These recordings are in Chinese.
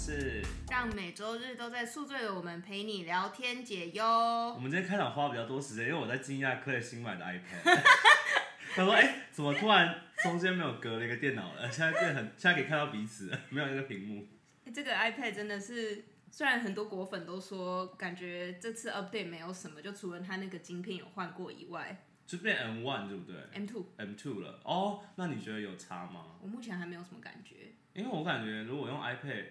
是让每周日都在宿醉的我们陪你聊天解忧。我们今天开场花比较多时间，因为我在惊讶科的新买的 iPad。他说：“哎、怎么突然中间没有隔了一个电脑了？现在变很，现在可以看到彼此了，没有那个屏幕。欸这个 iPad 真的是，虽然很多果粉都说感觉这次 update 没有什么，就除了它那个晶片有换过以外就变 M one 对不对，M two ？M two 了哦，那你觉得有差吗？我目前还没有什么感觉。因为我感觉如果用 iPad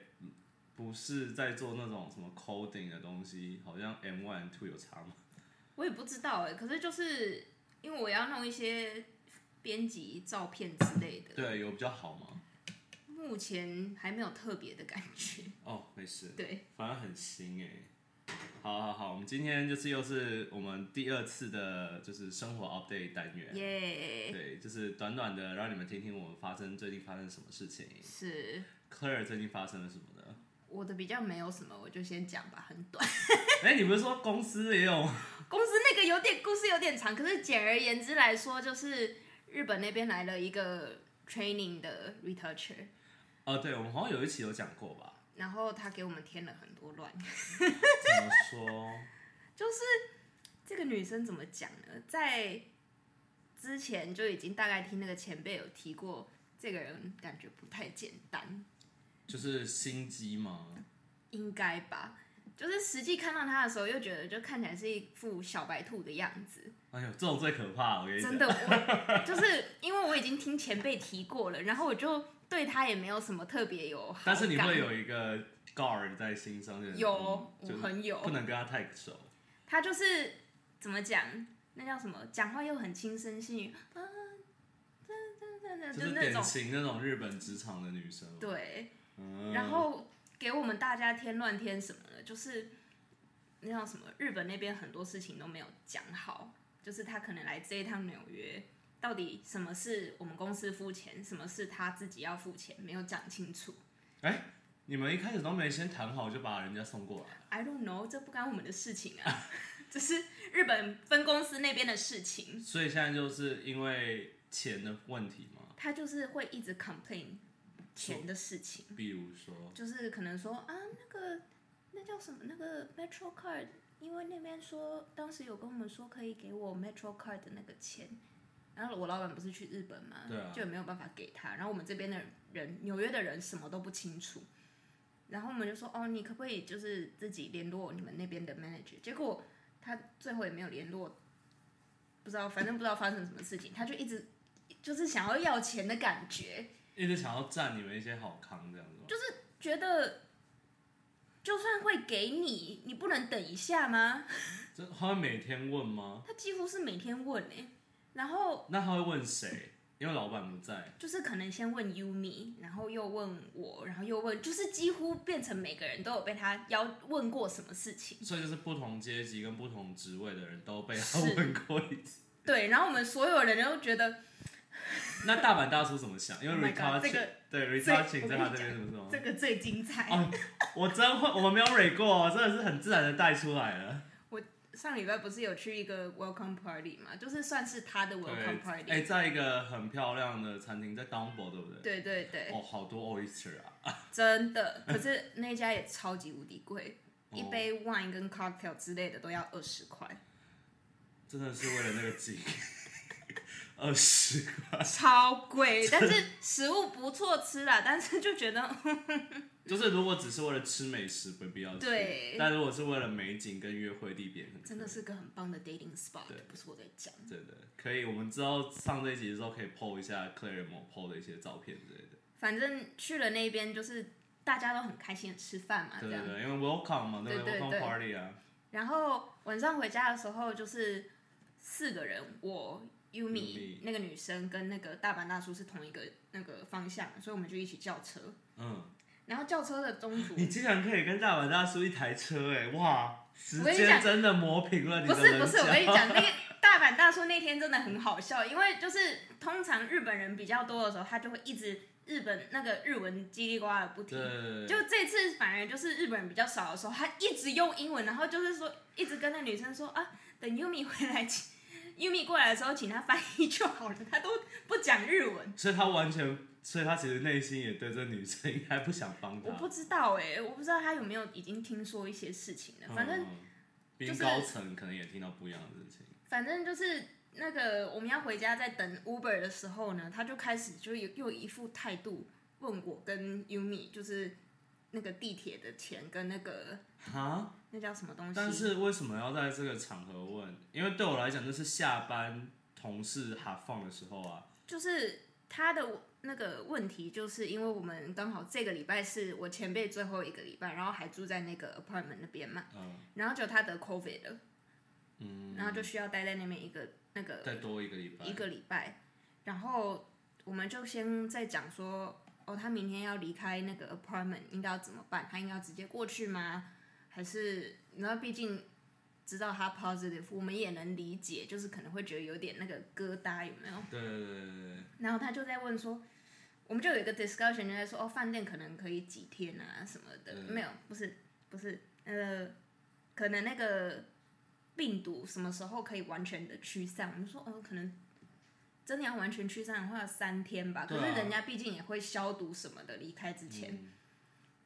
不是在做那种什么 coding 的东西，好像 M one two 有差吗？我也不知道哎、可是就是因为我要弄一些编辑照片之类的，对，有比较好吗？目前还没有特别的感觉。哦，没事。对，反正很新哎、好好好，我们今天就是又是我们第二次的，就是生活 update 单元。耶、对，就是短短的让你们听听我们发生最近发生什么事情。是 Claire 最近发生了什么呢？ 我的比较没有什么，我就先讲吧，很短。哎、你不是说公司也有？公司那个有点故事有点长，可是简而言之来说，就是日本那边来了一个 training 的 researcher，哦，对，我们好像有一期有讲过吧？然后他给我们添了很多乱。怎么说？这个女生怎么讲呢？在之前就已经大概听那个前辈有提过，这个人感觉不太简单，就是心机吗？应该吧？就是实际看到他的时候，又觉得就看起来是一副小白兔的样子。哎呦，这种最可怕，我跟你讲真。的，我 就是因为我已经听前辈提过了，然后我就对他也没有什么特别有好感。但是你会有一个 guard 在心上，就是有，嗯就我是很不有。能跟他太熟。他就是怎么讲，那叫什么？讲话又很轻声细语，啊，真真真就真是就那典种。型那种日本职场的女生。对，嗯，然后给我们大家添乱添什么的，就是那叫什么？日本那边很多事情都没有讲好，就是他可能来这一趟纽约，到底什么是我们公司付钱，什么是他自己要付钱，没有讲清楚。你们一开始都没先谈好就把人家送过来， I don't know，这不干我们的事情啊， 这是日本分公司那边的事情。所以现在就是因为钱的问题嘛，他就是会一直 complain 钱的事情，比如说，就是可能说啊，那个那叫什么那个 Metro Card，因为那边说当时有跟我们说可以给我 Metro Card 的那个钱，然后我老板不是去日本嘛，对啊就也没有办法给他。然后我们这边的人，纽约的人什么都不清楚，然后我们就说哦，你可不可以就是自己联络你们那边的 manager？结果他最后也没有联络，不知道，反正不知道发生什么事情，他就一直就是想要要钱的感觉。一直想要占你们一些好康这样子吗。就是觉得就算会给你，你不能等一下吗？这他会每天问吗？他几乎是每天问哎、然后那他会问谁？因为老板不在，就是可能先问 Yumi，然后又问我，然后又问，就是几乎变成每个人都有被他要问过什么事情。所以就是不同阶级跟不同职位的人都被他是问过一次。对，然后我们所有人都觉得那大阪大叔怎么想？因 Oh 为 my Rita god，请这个对这 Rita 请在他我这跟你边怎么说？这个最精彩。哦我真会，我们没有蕊过，真的是很自然的带出来了。上礼拜不是有去一个 welcome party 嘛，就是算是他的对 welcome，party。哎、在一个很漂亮的餐厅，在 Dumbo 对不对？对对对，哦，好多 oyster 啊！真的。可是那家也超级无敌贵，一 哦杯 wine 跟 cocktail 之类的都要二十块，真的是为了那个景， 二十超贵。但是食物不错吃啦，但是就觉得就是如果只是为了吃美食，没必要去。对但如果是为了美景跟约会地点，很 真的是个很棒的 dating spot，对不是我在讲。真的可以。我们之后上这一集的时候，可以 PO 一下 Claire 某 PO 的一些照片之类的。反正去了那边就是大家都很开心地吃饭啊嘛，这对样对。对，因为 Welcome 嘛，对不对对 w e l c o m e 对 Party 啊，然后晚上回家的时候就是四个人，我 Yumi Yumi 那个女生跟那个大阪大叔是同一个那个方向，所以我们就一起叫车。嗯，然后叫车的中途你竟然可以跟大阪大叔一台车、哎，哇！时我跟你间讲真的磨平了你不的是棱不是，我角跟你 讲，那个大阪大叔那天真的很好笑，因为就是通常日本人比较多的时候，他就会一直日本那个日文叽里呱啦不对停。对对对就这次反而就是日本人比较少的时候，他一直用英文，然后就是说一直跟那女生说啊，等 Yumi 回来请 Yumi 过来的时候请他翻译就好了，他都不讲日文。所以他完全，所以他其实内心也对这女生应该不想帮我他不。知道哎、我不知道他有没有已经听说一些事情了。反正、嗯，毕就竟是高层可能也听到不一样的事情。反正就是那个我们要回家在等 Uber 的时候呢，他就开始就有又一副态度问我跟 Yumi 就是那个地铁的钱跟那个哈，那叫什么东西，但是为什么要在这个场合问？因为对我来讲，就是下班同事哈放的时候啊。就是他的那个问题，就是因为我们刚好这个礼拜是我前辈最后一个礼拜，然后还住在那个 apartment 那边嘛，嗯然后就他得 COVID 了，嗯，然后就需要待在那边一个那个再多一个礼拜呃一。个礼拜，然后我们就先在讲说，哦，他明天要离开那个 apartment，应该要怎么办？他应该要直接过去吗？还是你知道，毕竟知道他 positive，我们也能理解，就是可能会觉得有点那个疙瘩，有没有？对对对对对，然后他就在问说，我们就有一个 discussion 就在说，哦，饭店可能可以几天啊什么的，嗯没有，不是不是，呃，可能那个病毒什么时候可以完全的驱散？我们说，哦，可能真的要完全驱散的话，要三天吧。可对啊嗯是人家毕竟也会消毒什么的，离开之前。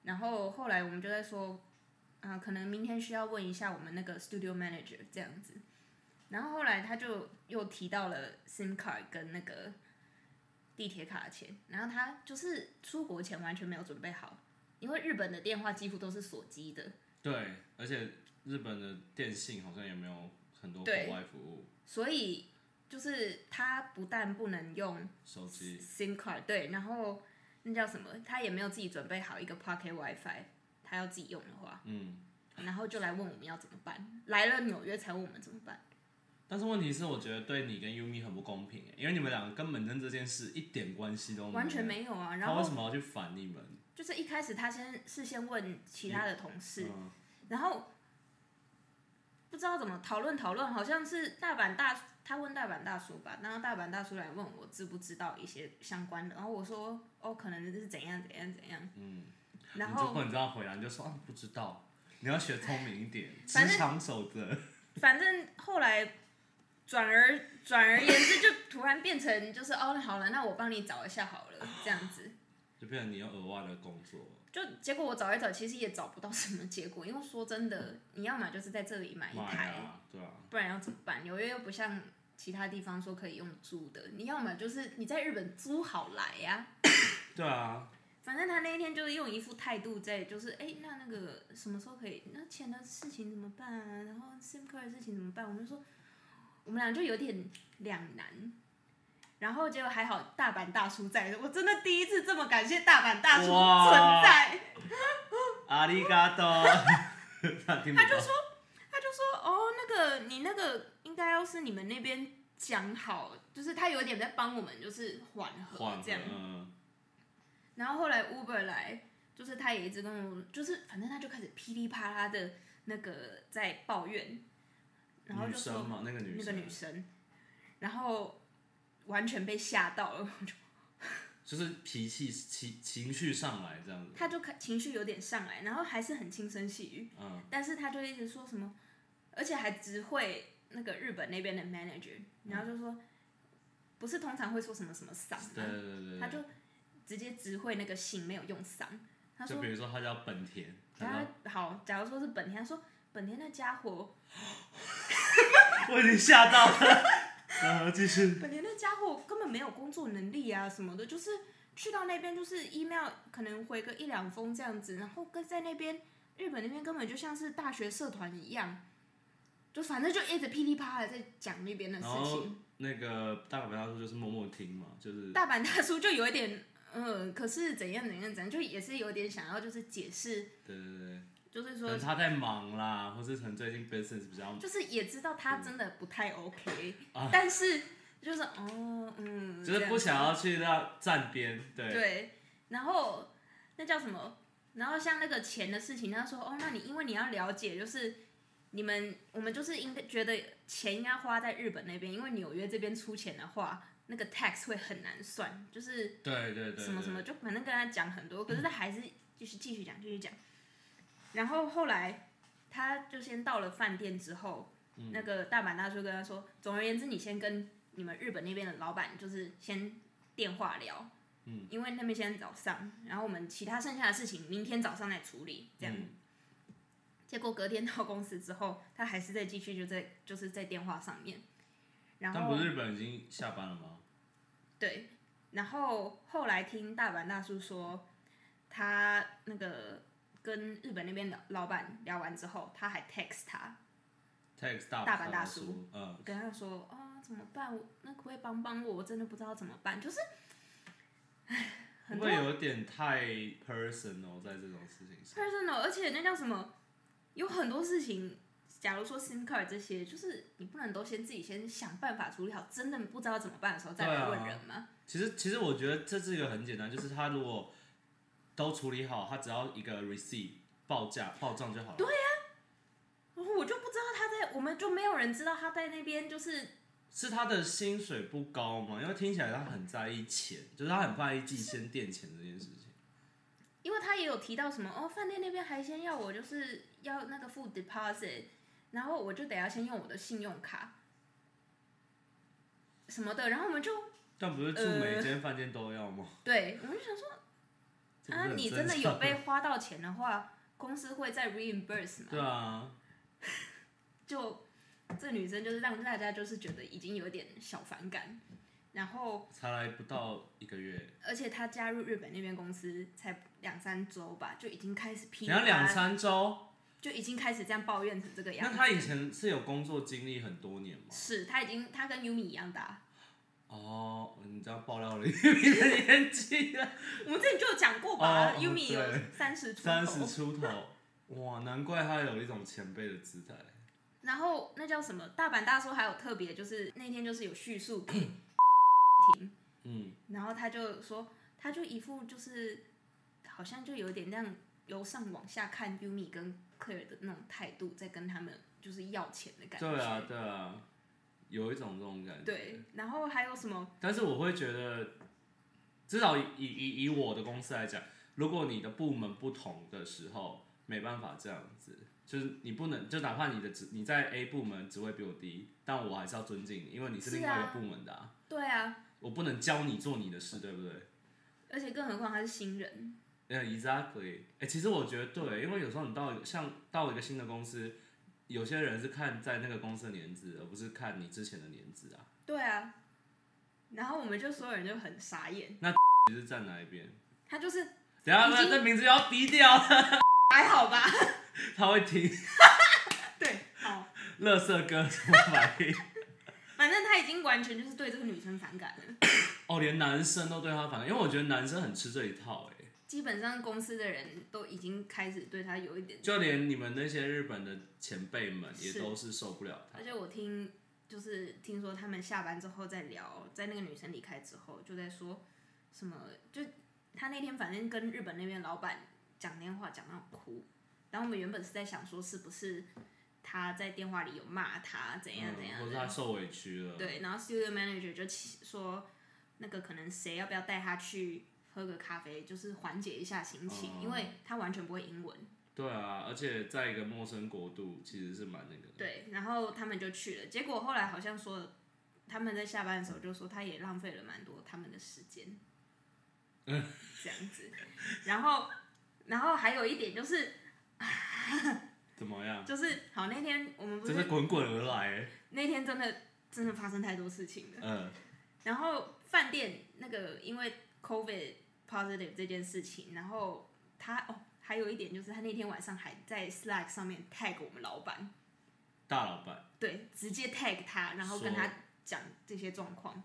然后后来我们就在说，啊、可能明天需要问一下我们那个 studio manager 这样子。然后后来他就又提到了 SIM card 跟那个地铁卡的钱，然后他就是出国前完全没有准备好，因为日本的电话几乎都是锁机的，对，而且日本的电信好像也没有很多国对外服务，所以就是他不但不能用手机 SIM card，对，然后那叫什么，他也没有自己准备好一个 pocket WiFi，他要自己用的话，嗯。然后就来问我们要怎么办，来了纽约才问我们怎么办。但是问题是，我觉得对你跟 Yumi 很不公平耶，欸因为你们两个根本跟这件事一点关系都没有，完全。没有啊。然他为什后么要去烦你们？就是一开始他先是先问其他的同事，嗯然后不知道怎么讨论讨论，好像是大阪大他问大阪大叔吧，然后大阪大叔来问我知不知道一些相关的，然后我说哦，可能是怎样怎样怎样，嗯，然你就不后能这样回答，你就说啊不知道，你要学聪明一点，职 反正场守则。反正后来。转而转而言之，就突然变成就是哦，那好了，那我帮你找一下好了，这样子。就变成你有额外的工作，就结果我找一找，其实也找不到什么结果，因为说真的，你要么就是在这里买一台，买啊，对啊，不然要怎么办？纽约又不像其他地方说可以用租的，你要么就是你在日本租好来呀、对啊，反正他那一天就是用一副态度在，就是哎、诶那那个什么时候可以？那钱的事情怎么办啊？然后 SIM card 的事情怎么办？我们就说，我们俩就有点两难。然后结果还好，大阪大叔在，我真的第一次这么感谢大阪大叔哇存在。阿里嘎多， 他听不他就到，说，他就说，哦，那个你那个应该要是你们那边讲好，就是他有点在帮我们，就是缓和缓这样。嗯，然后后来 Uber 来，就是他也一直跟我，就是反正他就开始噼里啪啦的那个在抱怨，然后女就说生嘛，那个女那个生，女生，然后完全被吓到了，就是脾气情情绪上来这样子，他就开情绪有点上来，然后还是很轻声细语，嗯，但是他就一直说什么，而且还只会那个日本那边的 manager，然后就说，不是通常会说什么什么桑对吗？对对他对就直接只会那个姓，没有用桑。他对，就说，比如说他叫本田，他好，假如说是本田，他说本田那家伙，我已经吓到了， 然后继续，本田那家伙根本没有工作能力啊什么的，就是去到那边就是 email 可能回个一两封这样子，然后跟在那边日本那边根本就像是大学社团一样，就反正就一直噼里啪啦在讲那边的事然后情。那个大本他说就是默默听嘛，就是大阪大叔就有一点，嗯，可是怎样怎样怎样，就也是有点想要就是解释，对对对，就是可说能，他在忙啦，或是可能最近 business 比较就是也知道他真的不太 OK，、但是就是哦，嗯，嗯就是不这样想要去到站边，对，对，然后那叫什么？然后像那个钱的事情，他说哦，那你因为你要了解，就是你们我们就是应该觉得钱应该花在日本那边，因为纽约这边出钱的话，那个 tax 会很难算，就是对对对，什么什么，就反正跟他讲很多，可是他还是继续继续讲，继续讲。然后后来他就先到了饭店之后，嗯那个大阪大叔跟他说，总而言之，你先跟你们日本那边的老板就是先电话聊，嗯，因为那边现在早上，然后我们其他剩下的事情明天早上再处理，这嗯样。结果隔天到公司之后，他还是在继续就在就是在电话上面，然但后不是日本已经下班了吗？对，然后后来听大阪大叔说，他那个跟日本那边的老板聊完之后，他还 text 他， text 大大阪大叔叔，嗯，跟他说啊、怎么办？我那可不可以帮帮我？我真的不知道怎么办。就是，唉，会很不多会有点太 personal 在这种事情上？ personal，而且那叫什么，有很多事情。假如说 SIM card 这些，就是你不能都先自己先想办法处理好，真的不知道怎么办的时候再对来啊问人嘛。其实其实我觉得这是一个很简单，就是他如果都处理好，他只要一个 receipt 报价报账就好了。对，啊然后我就不知道他在，我们就没有人知道他在那边就是是他的薪水不高嘛？因为听起来他很在意钱，就是他很在意自己先垫钱这件事情。因为他也有提到什么哦，饭店那边还先要我就是要那个付 deposit，然后我就得要先用我的信用卡什么的，然后我们就但不是住每一间饭店都要吗？对，我们就想说这不是啊，很你正真的常有被花到钱的话，公司会再 reimburse 吗？对啊，就这女生就是让大家就是觉得已经有点小反感，然后才来不到一个月，而且她加入日本那边公司才两三周吧，就已经开始批你要两判，三周。就已经开始这样抱怨成这个样那子。他以前是有工作经历很多年吗？是他已经他跟 Yumi 一样大，哦，你这样爆料了你的年纪了， 我们之前就有讲过吧、哦 y u m i 有对三十出三十头，出头，哇，难怪他有一种前辈的姿态。然后那叫什么大阪大叔还有特别就是那天就是有叙述给听，嗯，然后他就说他就一副就是好像就有点那样由上往下看 Yumi 跟 Claire 的那种态度，在跟他们就是要钱的感觉。对啊，对啊，有一种这种感觉。对，然后还有什么？但是我会觉得，至少以以以以我的公司来讲，如果你的部门不同的时候，没办法这样子，就是你不能，就哪怕你的职你在 A 部门职位比我低，但我还是要尊敬你，因为你是是另外一个啊部门的、啊，对啊，我不能教你做你的事，对不对？而且更何况他是新人，呃、e x a c t l y 哎、其实我觉得对，因为有时候你到像到一个新的公司，有些人是看在那个公司的年资，而不是看你之前的年资啊。对啊。然后我们就所有人就很傻眼，你是站哪一边？他就是等 一下，已那经那名字要低调，还好吧？ 他会听对，好，乐色歌什么反应？反正他已经完全就是对这个女生反感了。 哦，连男生都对他反感，因为我觉得男生很吃这一套、哎，基本上公司的人都已经开始对他有一点，就连你们那些日本的前辈们也是都是受不了他而。且我听就是听说他们下班之后在聊，在那个女生离开之后就在说什么，就他那天反正跟日本那边老板讲电话讲到哭，然后我们原本是在想说是不是他在电话里有骂他怎样怎嗯，样或的，者他受委屈了。对，然后 studio manager 就起说，那个可能谁要不要带他去喝个咖啡，就是缓解一下心情，因为他完全不会英文。对啊，而且在一个陌生国度，其实是蛮那个的。对，然后他们就去了，结果后来好像说他们在下班的时候就说他也浪费了蛮多他们的时间，这样子。然后，然后还有一点就是怎么样？就是好那天我们不真是是滚滚而来、哎那天真的真的发生太多事情了。嗯，然后饭店那个因为 COVID positive 这件事情，然后他哦，还有一点就是他那天晚上还在 Slack 上面 tag 我们老板，大老板对，直接 tag 他，然后跟说他讲这些状况，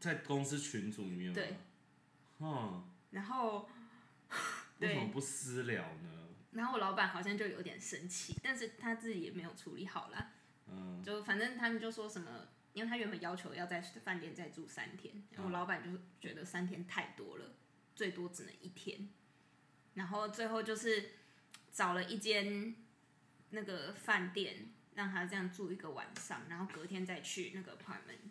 在公司群组里面吗？对。嗯，然后为什对，么不私聊呢？然后我老板好像就有点生气，但是他自己也没有处理好啦，嗯，就反正他们就说什么。因为他原本要求要在饭店再住三天，然后嗯老板就觉得三天太多了，最多只能一天。然后最后就是找了一间那个饭店，让他这样住一个晚上，然后隔天再去那个 apartment。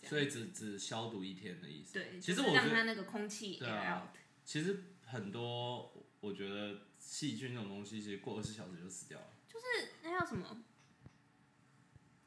这样所以只只消毒一天的意思。对，其实就是我觉让得他那个空气 air 对 out，、啊其实很多，我觉得细菌这种东西，其实过二十小时就死掉了。就是那叫什么？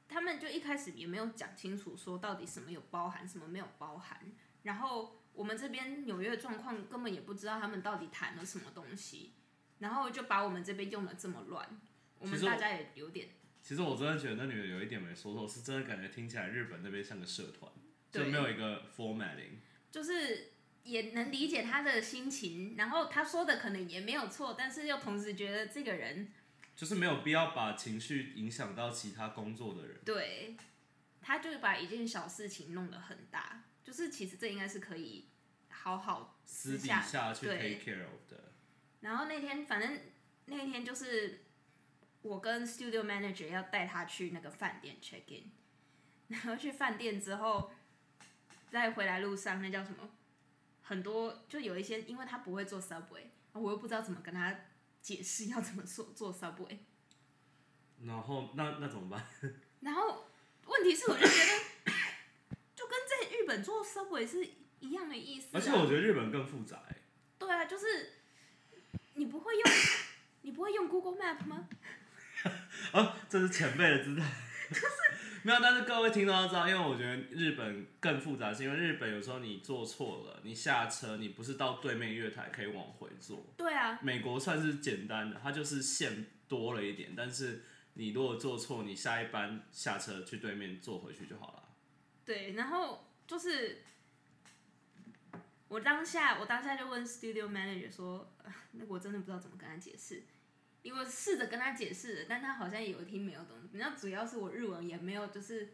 他们就一开始也没有讲清楚说到底什么有包含，什么没有包含。然后我们这边纽约的状况根本也不知道他们到底谈了什么东西，然后就把我们这边用的这么乱，我其们实我大家也有点其实我真的觉得那女的有一点没说错，是真的感觉听起来日本那边像个社团，就对没有一个 formatting。就是也能理解他的心情，然后他说的可能也没有错，但是又同时觉得这个人就是没有必要把情绪影响到其他工作的人。对，他就把一件小事情弄得很大，就是其实这应该是可以好好私底下下去对 take care of 的。然后那天反正那天就是我跟 studio manager 要带他去那个饭店 check in，然 后去饭店之后，在回来路上那叫什么？很多就有一些，因为他不会坐 subway，我又不知道怎么跟他解释要怎么做做 subway。 然后那那怎么办？然后问题是，我就觉得 就跟在日本坐 subway 是一样的意思、啊。而且我觉得日本更复杂、欸。对啊，就是你不会用 你不会用 Google Map 吗？啊，这是前辈的姿态。 没有，但是各位听众要知道，因为我觉得日本更复杂，是因为日本有时候你坐错了，你下车你不是到对面月台可以往回坐。对啊，美国算是简单的，它就是线多了一点，但是你如果坐错，你下一班下车去对面坐回去就好了。对，然后就是我当下，我当下就问 studio manager 说，呃那我真的不知道怎么跟他解释，因为我试着跟他解释了，但他好像也有听没有懂。然后主要是我日文也没有，就是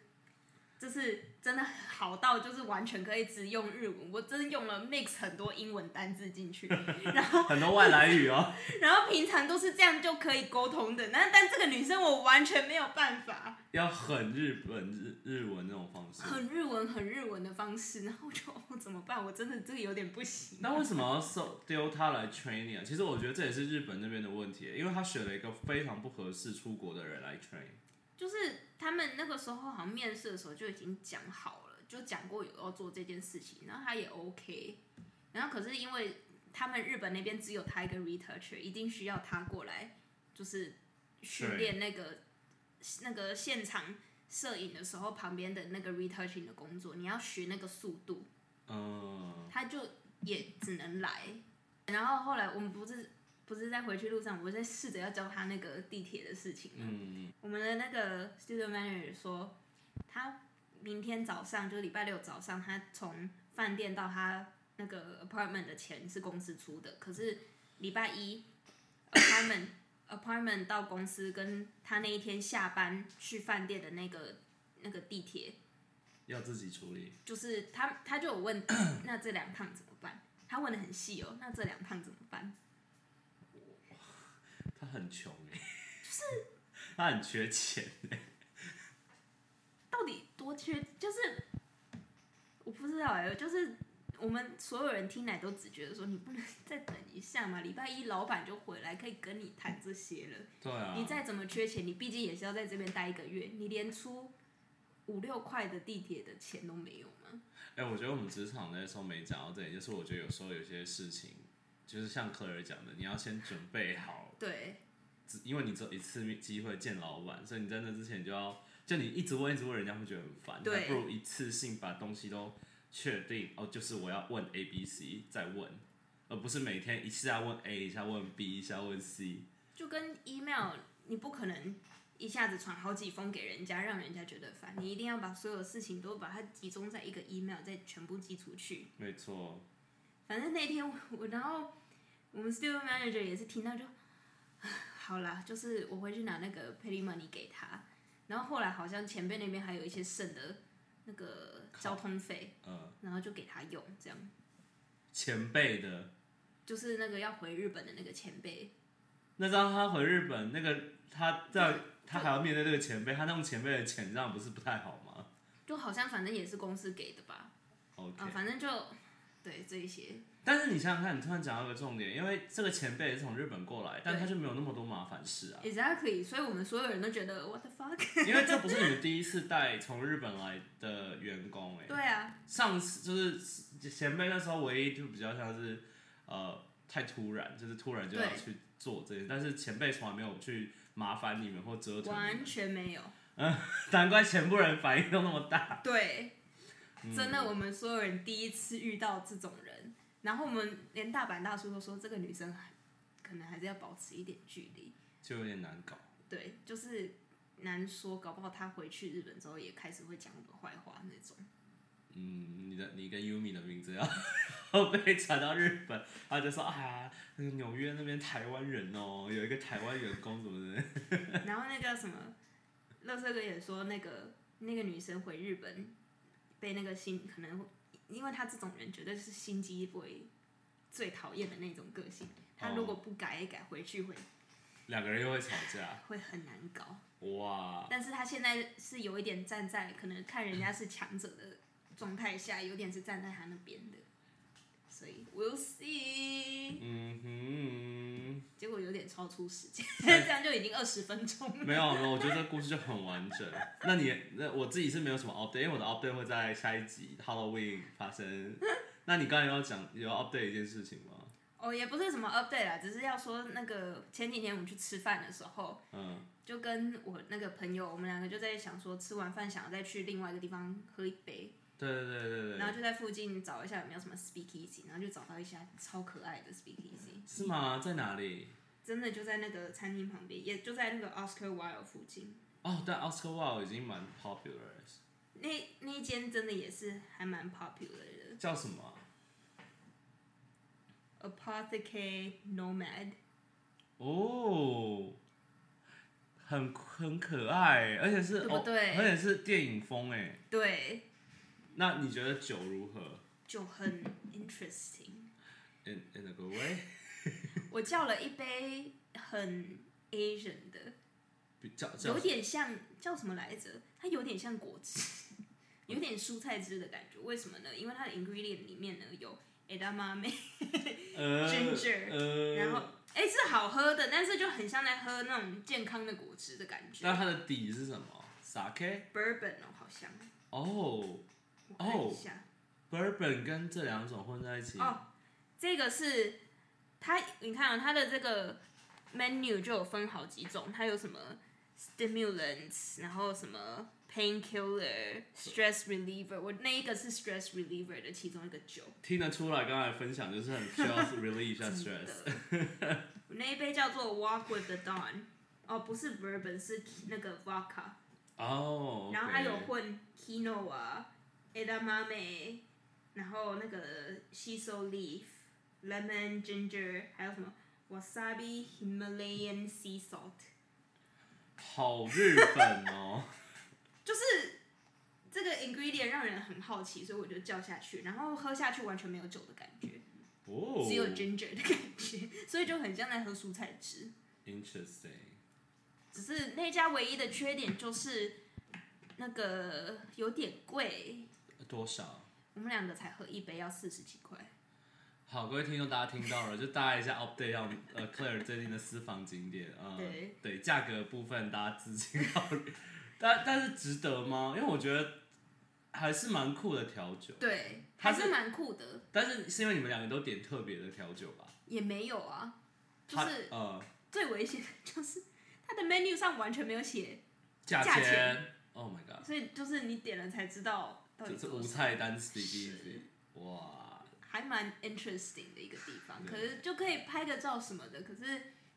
就是真的好到就是完全可以只用日文，我真的用了 mix 很多英文单字进去，然后很多外来语哦， 然后平常都是这样就可以沟通的，那但这个女生我完全没有办法。要很日本日日文那种方式。很日文、很日文的方式， 然后我就、哦、怎么办？我真的这个有点不行。那为什么要收丢他来 train 你啊？其实我觉得这也是日本那边的问题，因为他选了一个非常不合适出国的人来 train。就是他们那个时候好像面试的时候就已经讲好了，就讲过有要做这件事情，然后他也 OK。然后可是因为他们日本那边只有他一个 researcher，一定需要他过来，就是训练那个那个现场摄影的时候旁边的那个 retouching 的工作，你要学那个速度。嗯，他就也只能来。然后后来我们不是不是在回去路上，我在试着要教他那个地铁的事情嘛。嗯我们的那个 studio manager 说，他明天早上就是礼拜六早上，他从饭店到他那个 apartment 的钱是公司出的，可是礼拜一 apartment apartment 到公司跟他那一天下班去饭店的那个那个地铁要自己处理。就是他他就有问，那这两趟怎么办？他问的很细哦，那这两趟怎么办？他很穷哎、就是他很缺钱。到底多缺？就是我不知道哎、就是我们所有人听来都只觉得说，你不能 再等一下嘛，礼拜一老板就回来可以跟你谈这些了。对啊，你再怎么缺钱，你毕竟也是要在这边待一个月，你连出五六块的地铁的钱都没有吗？哎、我觉得我们职场那时候没讲到这里，就是我觉得有时候有些事情，就是像科尔讲的，你要先准备好，对只因为你只有一次机会见老板，所以你在那之前就要，就你一直问一直问，人家会觉得很烦，对还不如一次性把东西都确定，哦，就是我要问 A、B、C 再问，而不是每天一下问 A，一下问 B，一下问 C。就跟 email，你不可能一下子传好几封给人家，让人家觉得烦。你一定要把所有事情都把它集中在一个 email，再全部寄出去。没错，反正那天我，我然后我们 studio manager 也是听到就，唉好啦，就是我回去拿那个 petty money 给他。然后后来好像前辈那边还有一些剩的那个交通费，呃，然后就给他用，这样前辈的，就是那个要回日本的那个前辈，那知道他回日本那个他这样，他还要面对这个前辈，他那种前辈的钱，这样不是不太好吗就好像反正也是公司给的吧， ？OK，、啊，反正就对这一些，但是你想想看，你突然讲到一个重点，因为这个前辈也是从日本过来，但他就没有那么多麻烦事啊， Exactly，所以我们所有人都觉得 What the fuck？ 因为这不是你们第一次带从日本来的员工哎、对啊，上次就是前辈那时候唯一就比较像是呃太突然，就是突然就要对去做这些，但是前辈从来没有去麻烦你们或折腾你们完全没有。 难怪全部人反应都那么大。对，真的，我们所有人第一次遇到这种人，然后我们连大阪大叔都说这个女生还可能还是要保持一点距离。就有点难搞。对，就是难说，搞不好她回去日本之后也开始会讲我们坏话那种。嗯，你的你跟 Yumi 的名字要 要被传到日本，他就说啊，那个纽约那边台湾人哦，有一个台湾员工怎么的，然后那个什么，乐色哥也说，那个那个女生回日本被那个心可能会，因为她这种人绝对是心机 boy 最讨厌的那种个性。她如果不改一改，回去会两个人又会吵架，会很难搞。哦哇，但是她现在是有一点站在可能看人家是强者的状态下，有点是站在她那边的，所以 we'll see。嗯结果有点超出时间， 这样就已经二十分钟了。哼， 没有没有，我觉得这故事就很完整。那你那我自己是没有什么 update，因为我的 update 会在下一集 Halloween 发生。那你刚才要讲有 update 一件事情吗？哦，也不是什么 update 啦，只是要说那个前几天我们去吃饭的时候，嗯，就跟我那个朋友，我们两个就在想说，吃完饭想要再去另外一个地方喝一杯，对对对对对然，后就在附近找一下有没有什么 speakeasy，然后就找到一家超可爱的 speakeasy，是吗？在哪里？真的就在那个餐厅旁边，也就在那个 Oscar Wilde 附近。哦，但 Oscar Wilde 已经蛮 popular 了，那那一间真的也是还蛮 popular 叫什么啊？的，Apothecary Nomad。哦，很很可爱，而且是对不对哦，而且是电影风哎。对，那你觉得酒如何就很 interesting。 ？In in a good way，我叫了一杯很 Asian 的，比较叫有点像叫什么来着？它有点像果汁， 有点蔬菜汁的感觉。为什么呢？因为它的 ingredient 里面呢有 edamame，、呃 ginger，呃，然后哎、是好喝的，但是就很像在喝那种健康的果汁的感觉那。它的底是什么？Sake Bourbon 哦，好像哦我看一下，Bourbon 跟这两种混在一起，哦，这个是它，你看、啊它的这个 menu 就有分好几种，它有什么 stimulants，然后什么 painkiller、stress reliever，我那一个是 stress reliever 的其中一个酒，听得出来刚才分享就是很需 要 relieve 一下真 stress。的，我那一杯叫做 Walk with the Dawn，哦，不是 bourbon，是那个 vodka，哦，然后还有 OK 混 quinoa、edamame，然后那个 shiso leaf、lemon ginger，还有什么 wasabi Himalayan sea salt，好日本哦，就是这个 ingredient 让人很好奇，所以我就叫下去，然后喝下去完全没有酒的感觉，哦， 只有 ginger 的感觉，所以就很像在喝蔬菜汁。 interesting。只是那家唯一的缺点就是那个有点贵，多少？我们两个才喝一杯要四十几块。好，各位听众，大家听到了，就大家一下 update 一下我们呃 Claire 最近的私房景点啊、呃对对，价格部分大家自己考虑，但但是值得吗？因为我觉得还是蛮酷的调酒，对，它还是是蛮酷的，但是是因为你们两个都点特别的调酒吧？也没有啊，就它是呃最危险的 就是它的 menu 上完全没有写，价价钱，Oh my god，所以就是你点了才知道到底这是多无少，菜单 speak easy，哇，还蛮 interesting 的一个地方，对可是就可以拍个照什么的，可是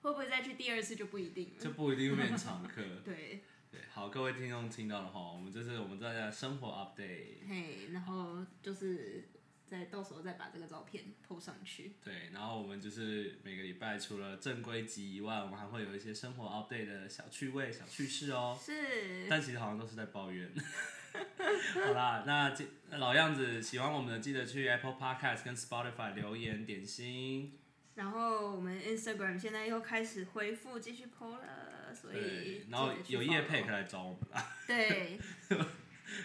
会不会再去第二次就不一定这了。不一定会变常 客。对，对，好，各位听众听到了哈，我们这是我们大家的生活 update。嘿，然后就是再到时候再把这个照片 po 上去。对，然后我们就是每个礼拜除了正规集以外，我们还会有一些生活 update 的小趣味、小趣事哦。是，但其实好像都是在抱怨。 好啦，那这老样子，喜欢我们的记得去 Apple Podcast 跟 Spotify 留言点心。然后我们 Instagram 现在又开始恢复继续 po 了，所以对，然后记得去有夜配 follow 可以来找我们啦， 对，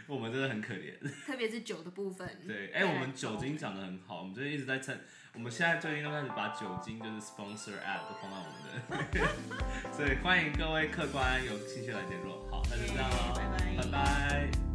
我们真的很可怜。特别是酒的部分。对，哎、我啊们酒精讲的很好，我们最近一直在蹭，我们现在最近都开始把酒精就是 sponsor ad 都放到我们 的，所以欢迎各位客官有兴趣来联络。好，那就这样喽，拜拜拜拜